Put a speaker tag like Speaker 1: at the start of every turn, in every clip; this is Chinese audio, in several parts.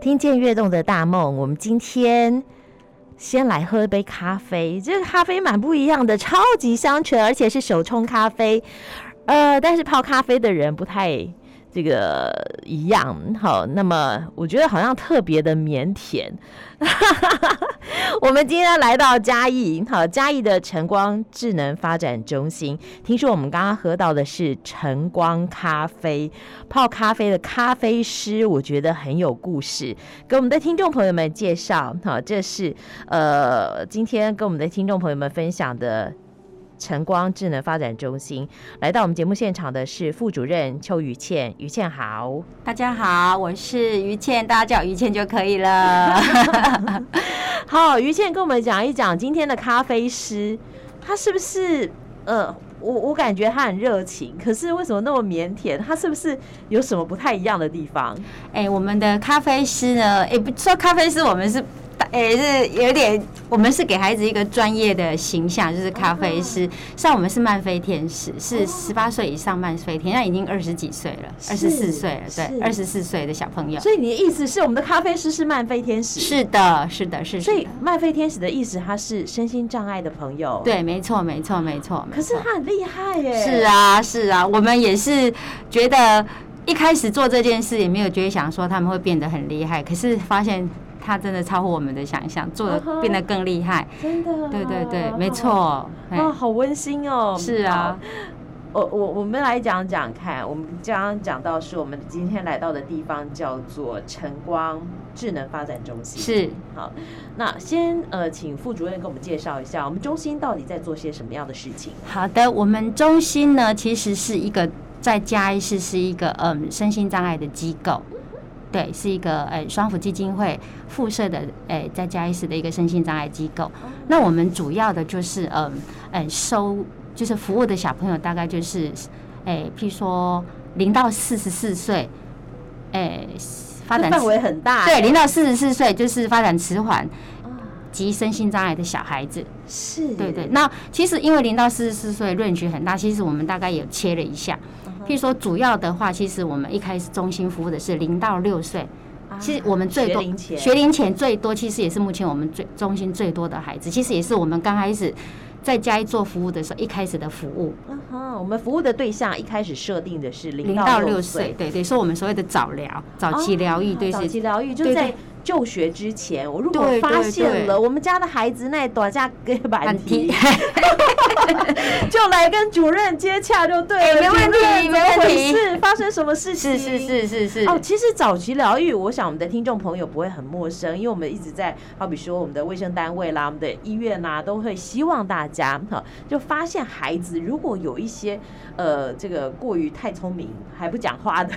Speaker 1: 听见跃动的大梦，我们今天先来喝一杯咖啡。这个咖啡蛮不一样的，超级香醇，而且是手冲咖啡。呃，但是泡咖啡的人不太这个一样。好，那么我觉得好像特别的腼腆。 我们今天来到嘉义，好，嘉义的晨光智能发展中心。听说我们刚刚喝到的是晨光咖啡，泡咖啡的咖啡师，我觉得很有故事。给我们的听众朋友们介绍，好，这是呃，今天跟我们的听众朋友们分享的晨光智能发展中心。来到我们节目现场的是副主任邱雨倩，雨倩好。
Speaker 2: 大家好，我是于倩，大家叫于倩就可以了。
Speaker 1: 好，于倩跟我们讲一讲今天的咖啡师，他是不是呃，我我感觉他很热情，可是为什么那么腼腆？他是不是有什么不太一样的地方？
Speaker 2: 哎、我们的咖啡师呢？哎、不说咖啡师，我们是。哎、是有点，我们是给孩子一个专业的形象，就是咖啡
Speaker 1: 哦
Speaker 2: 师。像我们是漫飞天使，是十八岁以上漫飞天，那已经二十几岁了，二十四岁了，
Speaker 1: 是
Speaker 2: 对，二十四岁的小朋友。
Speaker 1: 所以你的意思是我们的咖啡师是漫飞天使？。
Speaker 2: 是的，是的，是的。
Speaker 1: 所以漫飞天使的意思，他是身心障碍的朋友。。
Speaker 2: 对，没错，没错，没错。没
Speaker 1: 可是
Speaker 2: 错
Speaker 1: 他很厉害耶。
Speaker 2: 是。啊，是啊，我们也是觉得一开始做这件事也没有觉得想说他们会变得很厉害，可是发现他真的超乎我们的想象，做的
Speaker 1: 嗯哼
Speaker 2: 变得更厉害。
Speaker 1: 真的。
Speaker 2: 对对对，没。错。嘿
Speaker 1: 哇，好温馨哦！
Speaker 2: 是啊，
Speaker 1: 我我我们来讲讲看，我们刚刚讲到是我们今天来到的地方叫做晨光智能发展中心。
Speaker 2: 是
Speaker 1: 好，那先呃，请副主任给我们介绍一下，我们中心到底在做些什么样的事情？
Speaker 2: 好的，我们中心呢，其实是一个在嘉义市是一个嗯身心障碍的机构，对，是一个诶双福基金会附设的诶在嘉义市的一个身心障碍机构。那我们主要的就是嗯嗯收就是服务的小朋友大概就是诶，譬如说零到四十四岁，诶发
Speaker 1: 这
Speaker 2: 展
Speaker 1: 范围很大、
Speaker 2: 对零到四十四岁就是发展迟缓
Speaker 1: 啊，
Speaker 2: 及身心障碍的小孩子。
Speaker 1: 是，
Speaker 2: 对对，那其实因为零到四十四岁论据很大，其实我们大概也切了一下。
Speaker 1: 嗯
Speaker 2: 譬如说主要的话，其实我们一开始中心服务的是零到六岁，
Speaker 1: 啊
Speaker 2: 其实我们最多
Speaker 1: 学龄前
Speaker 2: 学龄前最多，其实也是目前我们最中心最多的孩子，其实也是我们刚开始在家里做服务的时候一开始的服务，
Speaker 1: 啊哈，我们服务的对象一开始设定的是零
Speaker 2: 零到
Speaker 1: 六
Speaker 2: 六岁，，对对，所以我们所谓的早疗、早期疗愈，
Speaker 1: 啊
Speaker 2: 对
Speaker 1: 早
Speaker 2: 是
Speaker 1: 期疗愈就是
Speaker 2: 对
Speaker 1: 在
Speaker 2: 对
Speaker 1: 就学之前，我如果
Speaker 2: 对对
Speaker 1: 发现
Speaker 2: 对
Speaker 1: 了我们家的孩子那打架给板
Speaker 2: 板
Speaker 1: 题
Speaker 2: 梯，
Speaker 1: 就来跟主任接洽就对了，
Speaker 2: 哎没问题
Speaker 1: 主任
Speaker 2: 没问
Speaker 1: 怎
Speaker 2: 题
Speaker 1: 么回事发生什么事情？
Speaker 2: 是是是是是，
Speaker 1: 哦，其实早期疗愈，我想我们的听众朋友不会很陌生，因为我们一直在，好比说我们的卫生单位啦、我们的医院啦，都会希望大家哈，就发现孩子如果有一些呃，这个过于太聪明还不讲话 的，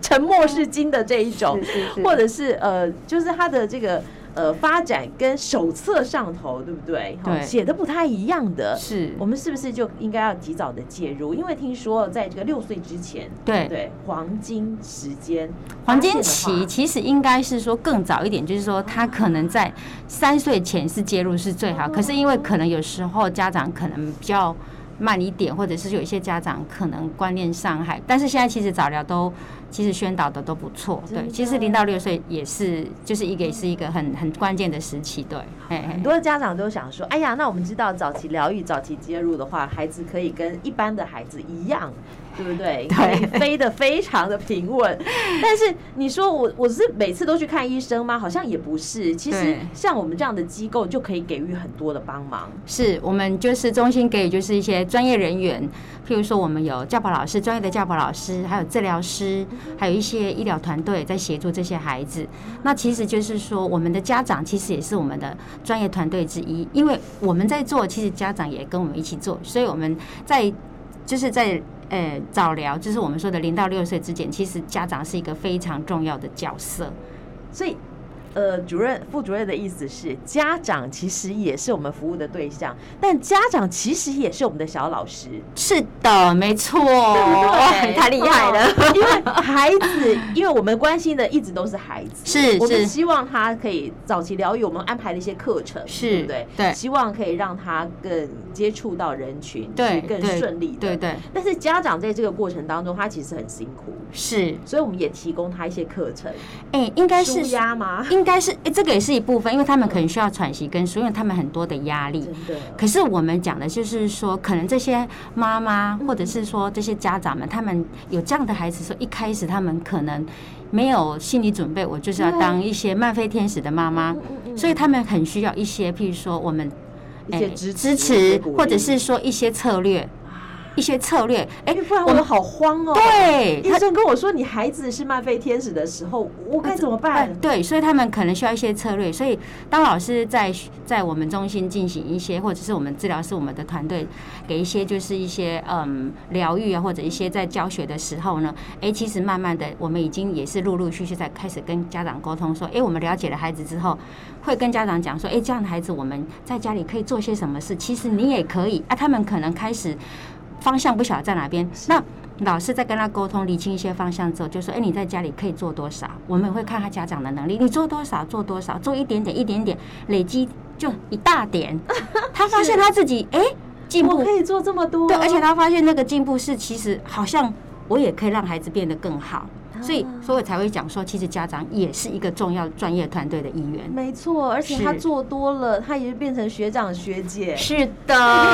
Speaker 1: 沉默是金的这一种，
Speaker 2: 是是是
Speaker 1: 或者是呃，就是他的这个。呃，发展跟手册上头，对不对？哈
Speaker 2: 对
Speaker 1: 写的不太一样的，
Speaker 2: 是
Speaker 1: 我们是不是就应该要及早的介入？因为听说在这个六岁之前，
Speaker 2: 对
Speaker 1: 对，黄金时间，
Speaker 2: 黄
Speaker 1: 发
Speaker 2: 金
Speaker 1: 现的
Speaker 2: 期
Speaker 1: 话
Speaker 2: 其实应该是说更早一点，就是说他可能在三岁前是介入是最好，可是因为可能有时候家长可能比较慢一点，或者是有一些家长可能观念上还，但是现在其实早疗都其实宣导的都不错，
Speaker 1: 真
Speaker 2: 对，
Speaker 1: 的
Speaker 2: 其实零到六岁也是就是一个也是一个很很关键的时期，对，嘿嘿
Speaker 1: 很多家长都想说，哎呀，那我们知道早期疗愈、早期介入的话，孩子可以跟一般的孩子一样，对不对？
Speaker 2: 对
Speaker 1: 可以飞得非常的平 稳。但是你说我我是每次都去看医生吗？好像也不是。其实
Speaker 2: 对
Speaker 1: 像我们这样的机构就可以给予很多的帮忙。
Speaker 2: 是我们就是中心给予就是一些专业人员，譬如说我们有教保老师、专业的教保老师，还有治疗师，还有一些医疗团队在协助这些孩子。那其实就是说，我们的家长其实也是我们的专业团队之一，因为我们在做，其实家长也跟我们一起做，所以我们在。就是在呃早疗，就是我们说的零到六岁之前，其实家长是一个非常重要的角色。
Speaker 3: 所以，呃，主任、副主任的意思是，家长其实也是我们服务的对象，但家长其实也是我们的小老师，
Speaker 2: 是的，没错，
Speaker 3: 对
Speaker 2: 哦
Speaker 3: 哦
Speaker 2: 太厉害了。
Speaker 3: 因为孩子， 因为我们关心的一直都是孩子，
Speaker 2: 是
Speaker 3: 我们
Speaker 2: 是
Speaker 3: 希望他可以早期疗愈，我们安排的一些课程，
Speaker 2: 是
Speaker 3: 对不对？
Speaker 2: 对
Speaker 3: 希望可以让他更接触到人群，
Speaker 2: 对，
Speaker 3: 是更
Speaker 2: 对
Speaker 3: 顺利的。
Speaker 2: 对对
Speaker 3: 但是家长在这个过程当中，他其实很辛苦，
Speaker 2: 是，
Speaker 3: 所以我们也提供他一些课程，
Speaker 2: 哎、应该
Speaker 3: 舒
Speaker 2: 是
Speaker 3: 压吗？
Speaker 2: 应该是哎、这个也是一部分，因为他们可能需要喘息跟舒，因为他们很多的压力
Speaker 3: 真。的，
Speaker 2: 可是我们讲的就是说，可能这些妈妈
Speaker 3: 嗯
Speaker 2: 或者是说这些家长们，他们有这样的孩子，说一开始他们可能没有心理准备，我就是要
Speaker 3: 对
Speaker 2: 当一些漫飞天使的妈妈
Speaker 3: 嗯，嗯嗯
Speaker 2: 所以他们很需要一些，譬如说我们
Speaker 3: 一些
Speaker 2: 哎
Speaker 3: 支
Speaker 2: 支
Speaker 3: 一些
Speaker 2: 持
Speaker 3: 鼓，励
Speaker 2: 或者是说一些策略，一些策略。哎
Speaker 3: 因为，不然我
Speaker 2: 我
Speaker 3: 们
Speaker 2: 们
Speaker 3: 好慌哦。
Speaker 2: 对
Speaker 3: 医生跟我说你孩子是漫飞天使的时候，我该怎么
Speaker 2: 哎
Speaker 3: 办？
Speaker 2: 对，所以他们可能需要一些策略。所以当老师在在我们中心进行一些，或者是我们治疗师我们的团队给一些就是一些嗯疗愈啊，或者一些在教学的时候呢，哎，其实慢慢的我们已经也是陆陆续续在开始跟家长沟通说，哎，我们了解了孩子之后，会跟家长讲说，哎，这样的孩子我们在家里可以做些什么事？其实你也可以啊，他们可能开始方向不晓得在哪边，那老师在跟他沟通、理清一些方向之后，就说：“哎、你在家里可以做多少？我们会看他家长的能力，你做多少，做多少，做一点点，一点点，累积就一大 点。他发现他自己哎进、
Speaker 3: 我
Speaker 2: 步
Speaker 3: 可，以做这么多，啊
Speaker 2: 对，而且他发现那个进步是其实好像我也可以让孩子变得更好，所以
Speaker 3: 啊
Speaker 2: 所以我才会讲说，其实家长也是一个重要专业团队的一员。
Speaker 3: 没错，而且
Speaker 2: 是
Speaker 3: 他做多了，他也就变成学长学姐，
Speaker 2: 是
Speaker 3: 他可以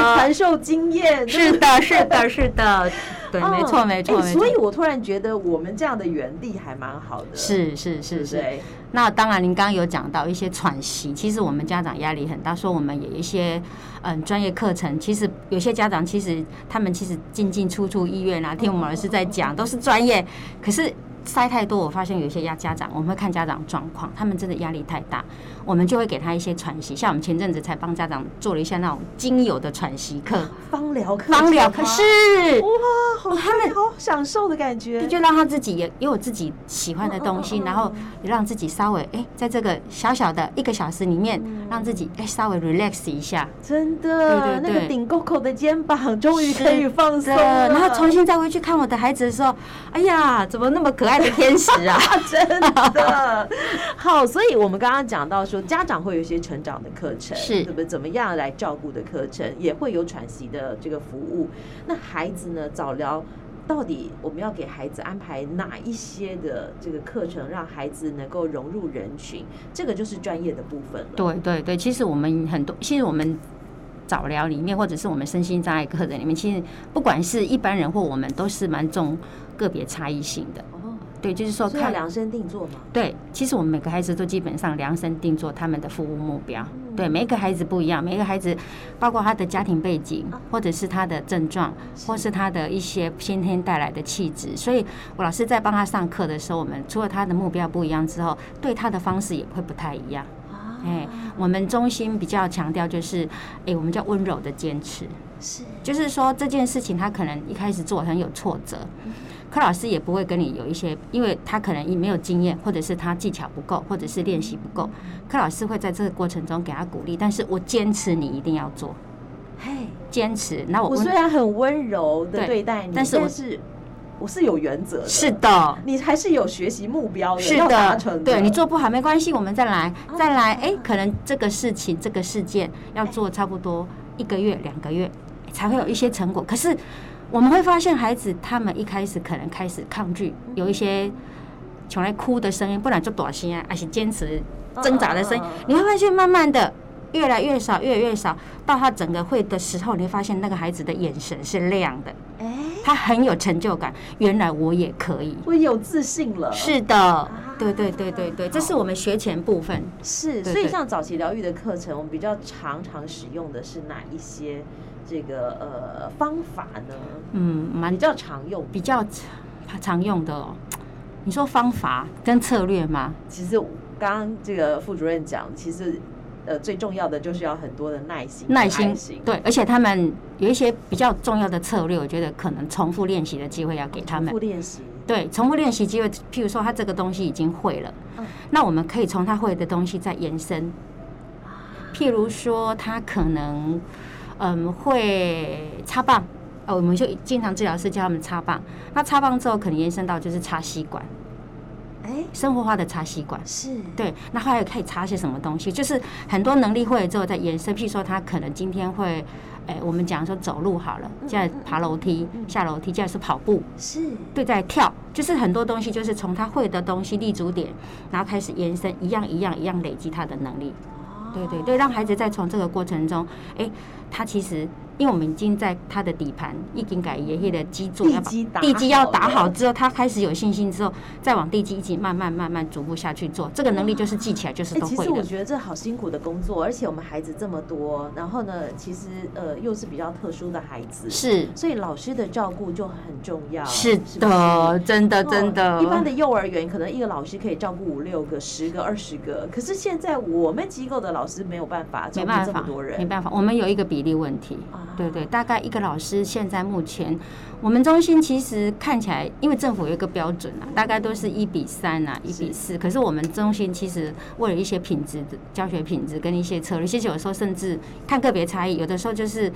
Speaker 2: 的，
Speaker 3: 传授经验，
Speaker 2: 是的，是的，是的， 对，
Speaker 3: 嗯
Speaker 2: 没错，没错，
Speaker 3: 哎
Speaker 2: 没错
Speaker 3: 所以，我突然觉得我们这样的原地还蛮好的，
Speaker 2: 是是
Speaker 3: 对
Speaker 2: 是
Speaker 3: 不
Speaker 2: 是。
Speaker 3: 对？
Speaker 2: 那当然，您刚刚有讲到一些喘息，其实我们家长压力很大，说我们有一些嗯专业课程，其实有些家长其实他们其实进进出出医院啊，听我们老师在讲都是专业，可是塞太多，我发现有些家家长，我们会看家长状况，他们真的压力太大，我们就会给他一些喘息，像我们前阵子才帮家长做了一下那种精油的喘息课，
Speaker 3: 芳疗课，
Speaker 2: 芳疗课是。
Speaker 3: 哇，好
Speaker 2: 他们
Speaker 3: 好享受的感觉，
Speaker 2: 就让他自己也也有自己喜欢的东西，
Speaker 3: 嗯嗯嗯
Speaker 2: 然后也让自己稍微哎、在这个小小的一个小时里面，让自己哎、稍微 relax 一下，
Speaker 3: 真的
Speaker 2: 对对
Speaker 3: 那个
Speaker 2: 对
Speaker 3: 顶扣扣的肩膀终于可以
Speaker 2: 是
Speaker 3: 放松
Speaker 2: 对，
Speaker 3: 了，
Speaker 2: 然后重新再回去看我的孩子的时候，哎呀，怎么那么可爱的天使啊？
Speaker 3: 真的好，所以我们刚刚讲到说，家长会有一些成长的课程，
Speaker 2: 是
Speaker 3: 怎么怎么样来照顾的课程，也会有喘息的这个服务。那孩子呢，早疗到底我们要给孩子安排哪一些的这个课程，让孩子能够融入人群？这个就是专业的部分了。
Speaker 2: 对对对，其实我们很多，其实我们早疗里面，或者是我们身心障碍课程里面，其实不管是一般人或我们，都是蛮重个别差异性的。
Speaker 3: 哦，
Speaker 2: 对，就是说
Speaker 3: 所以要
Speaker 2: 看
Speaker 3: 量身定做嘛。
Speaker 2: 对，其实我们每个孩子都基本上量身定做他们的服务目标。
Speaker 3: 嗯
Speaker 2: 对，每一个孩子不一样，每一个孩子包括他的家庭背景
Speaker 3: 啊，
Speaker 2: 或者是他的症状，或是他的一些先天带来的气质。所以，我老师在帮他上课的时候，我们除了他的目标不一样之后，对他的方式也会不太一样。
Speaker 3: 啊
Speaker 2: 哎，我们中心比较强调就是，哎，我们叫温柔的坚持。
Speaker 3: 是
Speaker 2: 就是说这件事情，他可能一开始做很有挫折，
Speaker 3: 嗯
Speaker 2: 柯老师也不会跟你有一些，因为他可能也没有经验，或者是他技巧不够，或者是练习不够，柯老师会在这个过程中给他鼓励，但是我坚持你一定要做，
Speaker 3: 嘿。
Speaker 2: 坚持。那我
Speaker 3: 我
Speaker 2: 问
Speaker 3: 虽然很温柔的
Speaker 2: 对
Speaker 3: 对待你，但
Speaker 2: 但
Speaker 3: 是
Speaker 2: 是我
Speaker 3: 我是有原则的，
Speaker 2: 是的，
Speaker 3: 你还是有学习目标的，
Speaker 2: 是
Speaker 3: 要达
Speaker 2: 的
Speaker 3: 成，
Speaker 2: 对你做不好没关系，我们再来
Speaker 3: 啊，
Speaker 2: 再来。
Speaker 3: 啊
Speaker 2: 哎，可能这个事情、这个事件要做差不多一个月、两个月哎才会有一些成果。可是我们会发现，孩子他们一开始可能开始抗拒，
Speaker 3: 嗯
Speaker 2: 有一些从来哭的声音，不然就躲心啊，而且坚持挣扎的声音
Speaker 3: 嗯嗯嗯嗯。
Speaker 2: 你会发现，慢慢的越来越少，越来越少，到他整个会的时候，你会发现那个孩子的眼神是亮的，
Speaker 3: 哎，
Speaker 2: 他很有成就感。原来我也可以。
Speaker 3: 我有自信了，
Speaker 2: 是的，对对对对对，这是我们学前部分。
Speaker 3: 是，
Speaker 2: 对
Speaker 3: 所以
Speaker 2: 对
Speaker 3: 像早期疗愈的课程，我们比较常常使用的是哪一些这个呃方法呢？
Speaker 2: 嗯，蛮
Speaker 3: 比较常用，
Speaker 2: 比较常用的、哦。你说方法跟策略吗？
Speaker 3: 其实我刚刚这个副主任讲，其实呃，最重要的就是要很多的耐心、
Speaker 2: 耐心
Speaker 3: 爱心，
Speaker 2: 对，而且他们有一些比较重要的策略，我觉得可能重复练习的机会要给他
Speaker 3: 重
Speaker 2: 们
Speaker 3: 复。练习。
Speaker 2: 对，重复练习机会，譬如说他这个东西已经会了，
Speaker 3: 嗯
Speaker 2: 那我们可以从他会的东西再延伸。譬如说他可能，嗯，会插棒，呃，我们就经常治疗师教他们插棒。那插棒之后，可能延伸到就是插吸管，
Speaker 3: 哎，
Speaker 2: 生活化的插吸管。
Speaker 3: 是
Speaker 2: 对，那后来可以查些什么东西，就是很多能力会了之后再延伸，譬如说他可能今天会，哎、我们讲说走路好了，接下来爬楼梯、下楼梯，接下来是跑步，
Speaker 3: 是，
Speaker 2: 对，再来跳，就是很多东西就是从他会的东西立足点，然后开始延伸，一样一样一样累积他的能力。对对
Speaker 3: 哦
Speaker 2: 对，让孩子在从这个过程中，哎、他其实因为我们已经在他的底盘一经改爷爷的基座
Speaker 3: 地
Speaker 2: 要把
Speaker 3: 基打
Speaker 2: 地基要打
Speaker 3: 好
Speaker 2: 好
Speaker 3: 了
Speaker 2: 之后，他开始有信心之后，再往地基一起慢慢慢慢逐步下去做，这个能力就是记起来就是
Speaker 3: 哎，
Speaker 2: 都
Speaker 3: 其
Speaker 2: 会
Speaker 3: 实我
Speaker 2: 的。
Speaker 3: 觉得这好辛苦的工作，而且我们孩子这么多，然后呢，其实呃又是比较特殊的孩子，
Speaker 2: 是
Speaker 3: 所以老师的照顾就很重要。
Speaker 2: 是
Speaker 3: 不
Speaker 2: 的，真的
Speaker 3: 哦
Speaker 2: 啊真的。
Speaker 3: 一般的幼儿园可能一个老师可以照顾五六个、十个、二十个，可是现在我们机构的老师没有办法照
Speaker 2: 没
Speaker 3: 顾
Speaker 2: 办
Speaker 3: 这
Speaker 2: 法
Speaker 3: 么
Speaker 2: 没
Speaker 3: 多，人。
Speaker 2: 办法，我们有一个比例问题。
Speaker 3: 啊
Speaker 2: 对对，大概一个老师现在目前，我们中心其实看起来，因为政府有一个标准啊，大概都是一比三啊，一比四。可是我们中心其实为了一些品质的教学品质跟一些策略，其实有时候甚至看个别差异，有的时候就是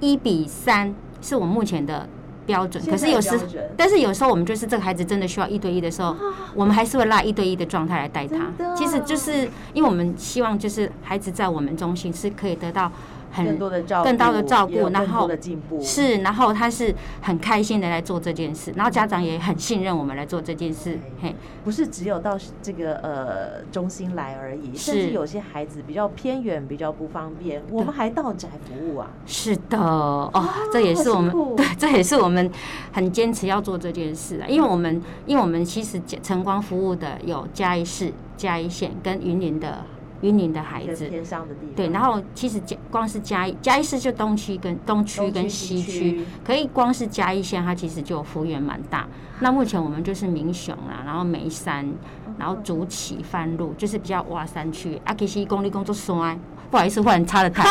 Speaker 2: 一比三是我目前的标准，
Speaker 3: 现
Speaker 2: 可
Speaker 3: 在
Speaker 2: 是有
Speaker 3: 的
Speaker 2: 时
Speaker 3: 标准。啊
Speaker 2: 但是有时候我们就是这个孩子真的需要一对一的时候，我们还是会拉一对一的状态来带他
Speaker 3: 真。的
Speaker 2: 其实就是因为我们希望就是孩子在我们中心是可以得到
Speaker 3: 更
Speaker 2: 很
Speaker 3: 多的照顾，
Speaker 2: 更高的照顾
Speaker 3: 也有
Speaker 2: 然
Speaker 3: 更多
Speaker 2: 后
Speaker 3: 的进步，
Speaker 2: 是，然后他是很开心的来做这件事，然后家长也很信任我们来做这件事。嘿，
Speaker 3: 不是只有到这个呃中心来而已？甚
Speaker 2: 是
Speaker 3: 至有些孩子比较偏远，比较不方便，我们还到宅服务啊。
Speaker 2: 是的，哦，这也
Speaker 3: 啊好
Speaker 2: 是我
Speaker 3: 辛
Speaker 2: 们
Speaker 3: 苦
Speaker 2: 对，这也是我们很坚持要做这件事啊，因为我们因为我们其实晨光服务的有嘉义市、嘉义县跟云林的云林的孩
Speaker 3: 一个
Speaker 2: 子。
Speaker 3: 偏乡的地方，
Speaker 2: 对，然后其实嘉光是嘉义，嘉义市就东区跟东区
Speaker 3: 东
Speaker 2: 跟
Speaker 3: 西
Speaker 2: 西区，
Speaker 3: 区
Speaker 2: 可以光是嘉义县它其实就有幅员蛮大。那目前我们就是民雄啦，然后梅山，
Speaker 3: 嗯
Speaker 2: 然后竹崎、番路，就是比较哇山区。啊，其实公立工作酸，不好意思，忽然插了 台，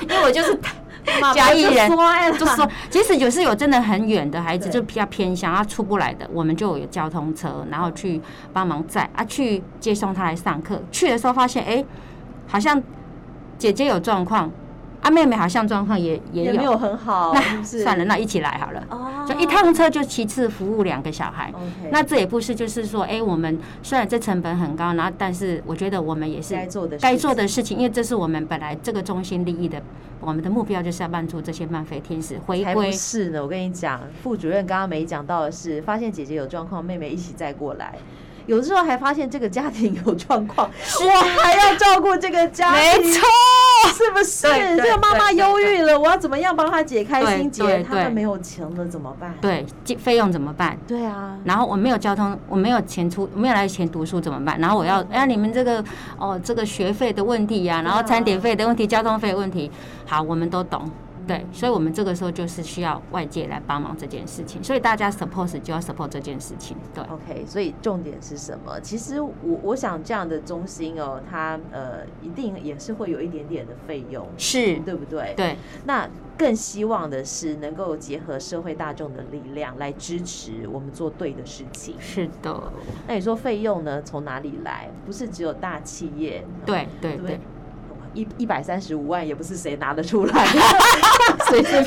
Speaker 2: 因为我就是嘉义人
Speaker 3: 妈妈就
Speaker 2: 就
Speaker 3: 说爱
Speaker 2: 说
Speaker 3: 了，，
Speaker 2: 即使有是有真的很远的孩子，
Speaker 3: 对
Speaker 2: 就比较偏乡，他出不来的，我们就有交通车，然后去帮忙载啊，去接送他来上课。去的时候发现，哎、好像姐姐有状况，啊，妹妹好像状况也也
Speaker 3: 也
Speaker 2: 有，
Speaker 3: 没有很好，是
Speaker 2: 那
Speaker 3: 不是？
Speaker 2: 算了，那一起来好了。
Speaker 3: 哦，
Speaker 2: 就一趟车就其次服务两个小孩。
Speaker 3: OK，
Speaker 2: 那这也不是，就是说，哎、我们虽然这成本很高，然后但是我觉得我们也是
Speaker 3: 该做的事
Speaker 2: 该做的事情，因为这是我们本来这个中心利益的，我们的目标就是要帮助这些漫飞天使回
Speaker 3: 才不
Speaker 2: 归。
Speaker 3: 是呢！我跟你讲，副主任刚刚没讲到的是，发现姐姐有状况，妹妹一起再过来。有的时候还发现这个家庭有 状况，我还要照顾这个家庭，
Speaker 2: 没错，
Speaker 3: 是不是？
Speaker 2: 对对
Speaker 3: 这个妈妈
Speaker 2: 对对
Speaker 3: 忧郁了，我要怎么样帮她解开
Speaker 2: 对
Speaker 3: 心结？
Speaker 2: 对
Speaker 3: 他们
Speaker 2: 对
Speaker 3: 没有钱了怎么办？
Speaker 2: 对，这费用怎么办？
Speaker 3: 对啊，
Speaker 2: 然后我没有交通，我没有钱出，我没有来钱读书怎么办？然后我要，哎、你们这个哦，这个学费的问题呀、然后餐点费的问题、交通费的问题，好，我们都懂。对，所以我们这个时候就是需要外界来帮忙这件事情，所以大家 support 就要 support 这件事情。对，
Speaker 3: OK，所以重点是什么？其实我我想这样的中心哦，它呃一定也是会有一点点的费用，
Speaker 2: 是，
Speaker 3: 对不对？
Speaker 2: 对，
Speaker 3: 那更希望的是能够结合社会大众的力量来支持我们做对的事情。
Speaker 2: 是的，
Speaker 3: 那你说费用呢？从哪里来？不是只有大企业，
Speaker 2: 对对
Speaker 3: 对不
Speaker 2: 对
Speaker 3: 对，？一一百三十五万也不是谁拿得出来 的，随 时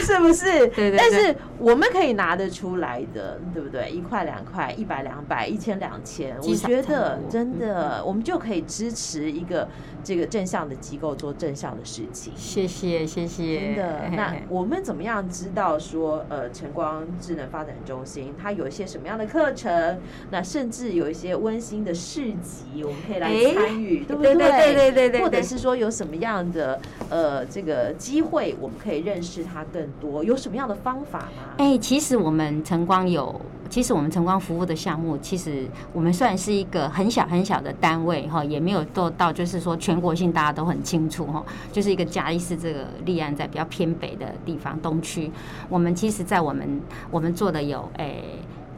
Speaker 3: 是不是？
Speaker 2: 对对
Speaker 3: 但是我们可以拿得出来的，对不对？一块两块，一百两百，一千两千，我
Speaker 2: 积少
Speaker 3: 觉
Speaker 2: 成
Speaker 3: 得
Speaker 2: 多嗯
Speaker 3: 真的，我们就可以支持一个这个正向的机构做正向的事情。
Speaker 2: 谢谢谢谢，
Speaker 3: 真的，
Speaker 2: 嘿
Speaker 3: 那
Speaker 2: 嘿
Speaker 3: 我们怎么样知道说，呃，晨光智能发展中心它有一些什么样的课程？那甚至有一些温馨的市集，我们可以来
Speaker 2: 诶
Speaker 3: 参与，对不
Speaker 2: 对对对对对对
Speaker 3: 或者
Speaker 2: 对
Speaker 3: 是说有什么样的呃这个机会，我们可以认识它更多？有什么样的方法吗？
Speaker 2: 哎、其实我们晨光有，其实我们晨光服务的项目，其实我们虽然是一个很小很小的单位哈，也没有做到就是说全国性大家都很清楚哈，就是一个嘉义市这个立案在比较偏北的地方东区，我们其实在我们我们做的有哎。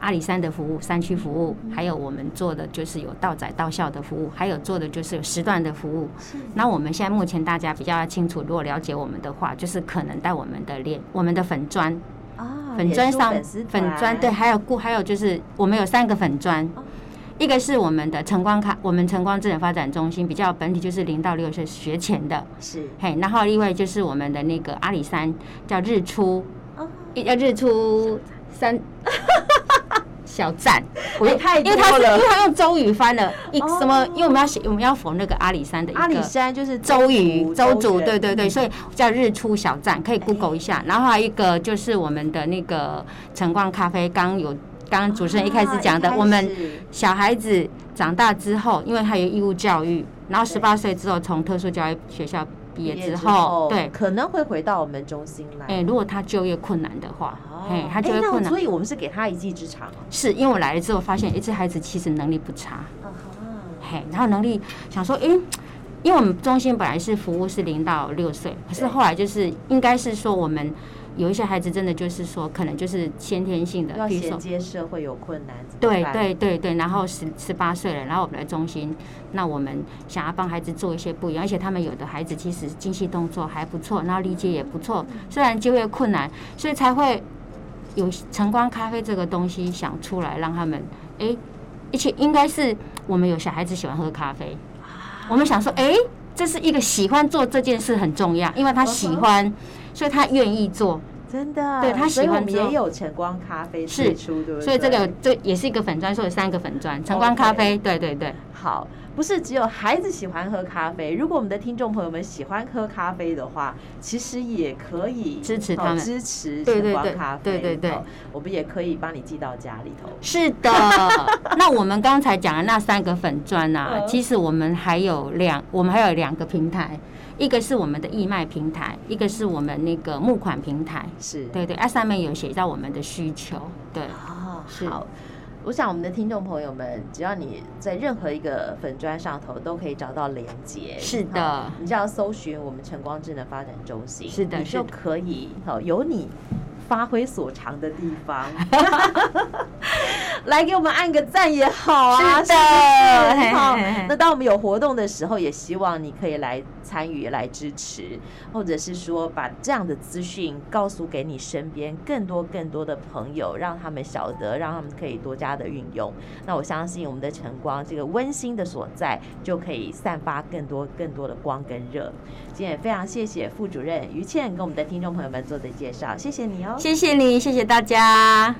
Speaker 2: 阿里山的服务、山区服务，还有我们做的就是有到宅到校的服务，还有做的就是有时段的服务。那我们现在目前大家比较清楚，如果了解我们的话，就是可能在我们的脸、我们的粉砖、
Speaker 3: 啊，
Speaker 2: 粉砖上
Speaker 3: 脸书粉丝
Speaker 2: 粉砖对，还有顾，还有就是我们有三个粉砖
Speaker 3: 哦，
Speaker 2: 一个是我们的晨光卡，我们晨光智能发展中心比较本体就是零到六岁学前的，
Speaker 3: 是
Speaker 2: 嘿，然后另外就是我们的那个阿里山叫日出，
Speaker 3: 啊，
Speaker 2: 一叫日出 三。小站，我
Speaker 3: 哎太
Speaker 2: 因为他
Speaker 3: 多
Speaker 2: 是
Speaker 3: 了
Speaker 2: 因为他用周语翻了一
Speaker 3: 哦
Speaker 2: 什么，因为我们要写我们要缝那个阿里山的一个
Speaker 3: 阿里山就是
Speaker 2: 周瑜、周主，对
Speaker 3: 对
Speaker 2: 对对，所以叫日出小站，可以 Google 一
Speaker 3: 嗯
Speaker 2: 下。然后还有一个就是我们的那个晨光咖啡，刚有刚刚主持人一开始讲
Speaker 3: 啊
Speaker 2: 的，我们小孩子长大之后，因为他有义务教育，然后
Speaker 3: 对
Speaker 2: 十八岁之后从特殊教育学校毕
Speaker 3: 毕
Speaker 2: 业
Speaker 3: 业
Speaker 2: 之
Speaker 3: 之
Speaker 2: 后
Speaker 3: 后，，
Speaker 2: 对，
Speaker 3: 可能会回到我们中心来。
Speaker 2: 哎，如果他就业困难的话，哎，他就
Speaker 3: 哎
Speaker 2: 业
Speaker 3: 那
Speaker 2: 困难
Speaker 3: 所，以我们是给他一技之长。
Speaker 2: 是因为我来了之后发现，哎，这孩子其实能力不差，
Speaker 3: 啊哈，
Speaker 2: 嘿，然后能力想说，诶，因为我们中心本来是服务是零到六岁，可是
Speaker 3: 对
Speaker 2: 后来就是应该是说我们有一些孩子真的就是说，可能就是先天性的，
Speaker 3: 要
Speaker 2: 比如
Speaker 3: 衔
Speaker 2: 说。
Speaker 3: 接社会有困难，怎么
Speaker 2: 对
Speaker 3: 办，
Speaker 2: 对对对，然后十十八岁了，然后我们来中心，那我们想要帮孩子做一些不一样，而且他们有的孩子其实精细动作还不错，然后理解也不错，虽然就业困难，所以才会有晨光咖啡这个东西想出来，让他们诶，而且应该是我们有小孩子喜欢喝咖啡，我们想说，诶，这是一个喜欢做这件事很重要，因为他喜欢，所以他愿意做，
Speaker 3: 真的，
Speaker 2: 对他喜
Speaker 3: 所以我
Speaker 2: 欢
Speaker 3: 们
Speaker 2: 之后
Speaker 3: 也有晨光咖啡
Speaker 2: 是
Speaker 3: 推出，对不对？
Speaker 2: 所以这个这也是一个粉砖，所以有三个粉砖，晨光咖啡，对对对。
Speaker 3: 好，不是只有孩子喜欢喝咖啡。如果我们的听众朋友们喜欢喝咖啡的话，其实也可以
Speaker 2: 支持他们
Speaker 3: 哦支持
Speaker 2: 对
Speaker 3: 晨光
Speaker 2: 对对
Speaker 3: 咖啡，
Speaker 2: 对对对
Speaker 3: 哦我们也可以帮你寄到家里头。
Speaker 2: 是的，呃那我们刚才讲的那三个粉砖啊，
Speaker 3: 嗯
Speaker 2: 其实我们还有两，我们还有两个平台，一个是我们的义卖平台，一个是我们那个募款平台。
Speaker 3: 是，
Speaker 2: 对对，啊，上面有写到我们的需求，对，
Speaker 3: 哦，
Speaker 2: 是
Speaker 3: 好。我想我们的听众朋友们，只要你在任何一个粉砖上头，都可以找到连接。
Speaker 2: 是
Speaker 3: 好
Speaker 2: 的，
Speaker 3: 你只要搜寻我们晨光智能发展中心，
Speaker 2: 是的
Speaker 3: 你
Speaker 2: 是
Speaker 3: 就
Speaker 2: 的
Speaker 3: 可以好有你发挥所长的地方，来给我们按个赞也好啊，
Speaker 2: 是的
Speaker 3: 是不
Speaker 2: 嘿
Speaker 3: 是好
Speaker 2: 嘿嘿
Speaker 3: 那当我们有活动的时候，也希望你可以来参与、来支持，或者是说把这样的资讯告诉给你身边更多更多的朋友，让他们晓得，让他们可以多加的运用。那我相信我们的晨光这个温馨的所在，就可以散发更多更多的光跟热。今天也非常谢谢副主任于倩跟我们的听众朋友们做的介绍，谢谢你哦，
Speaker 2: 谢谢你，谢谢大家。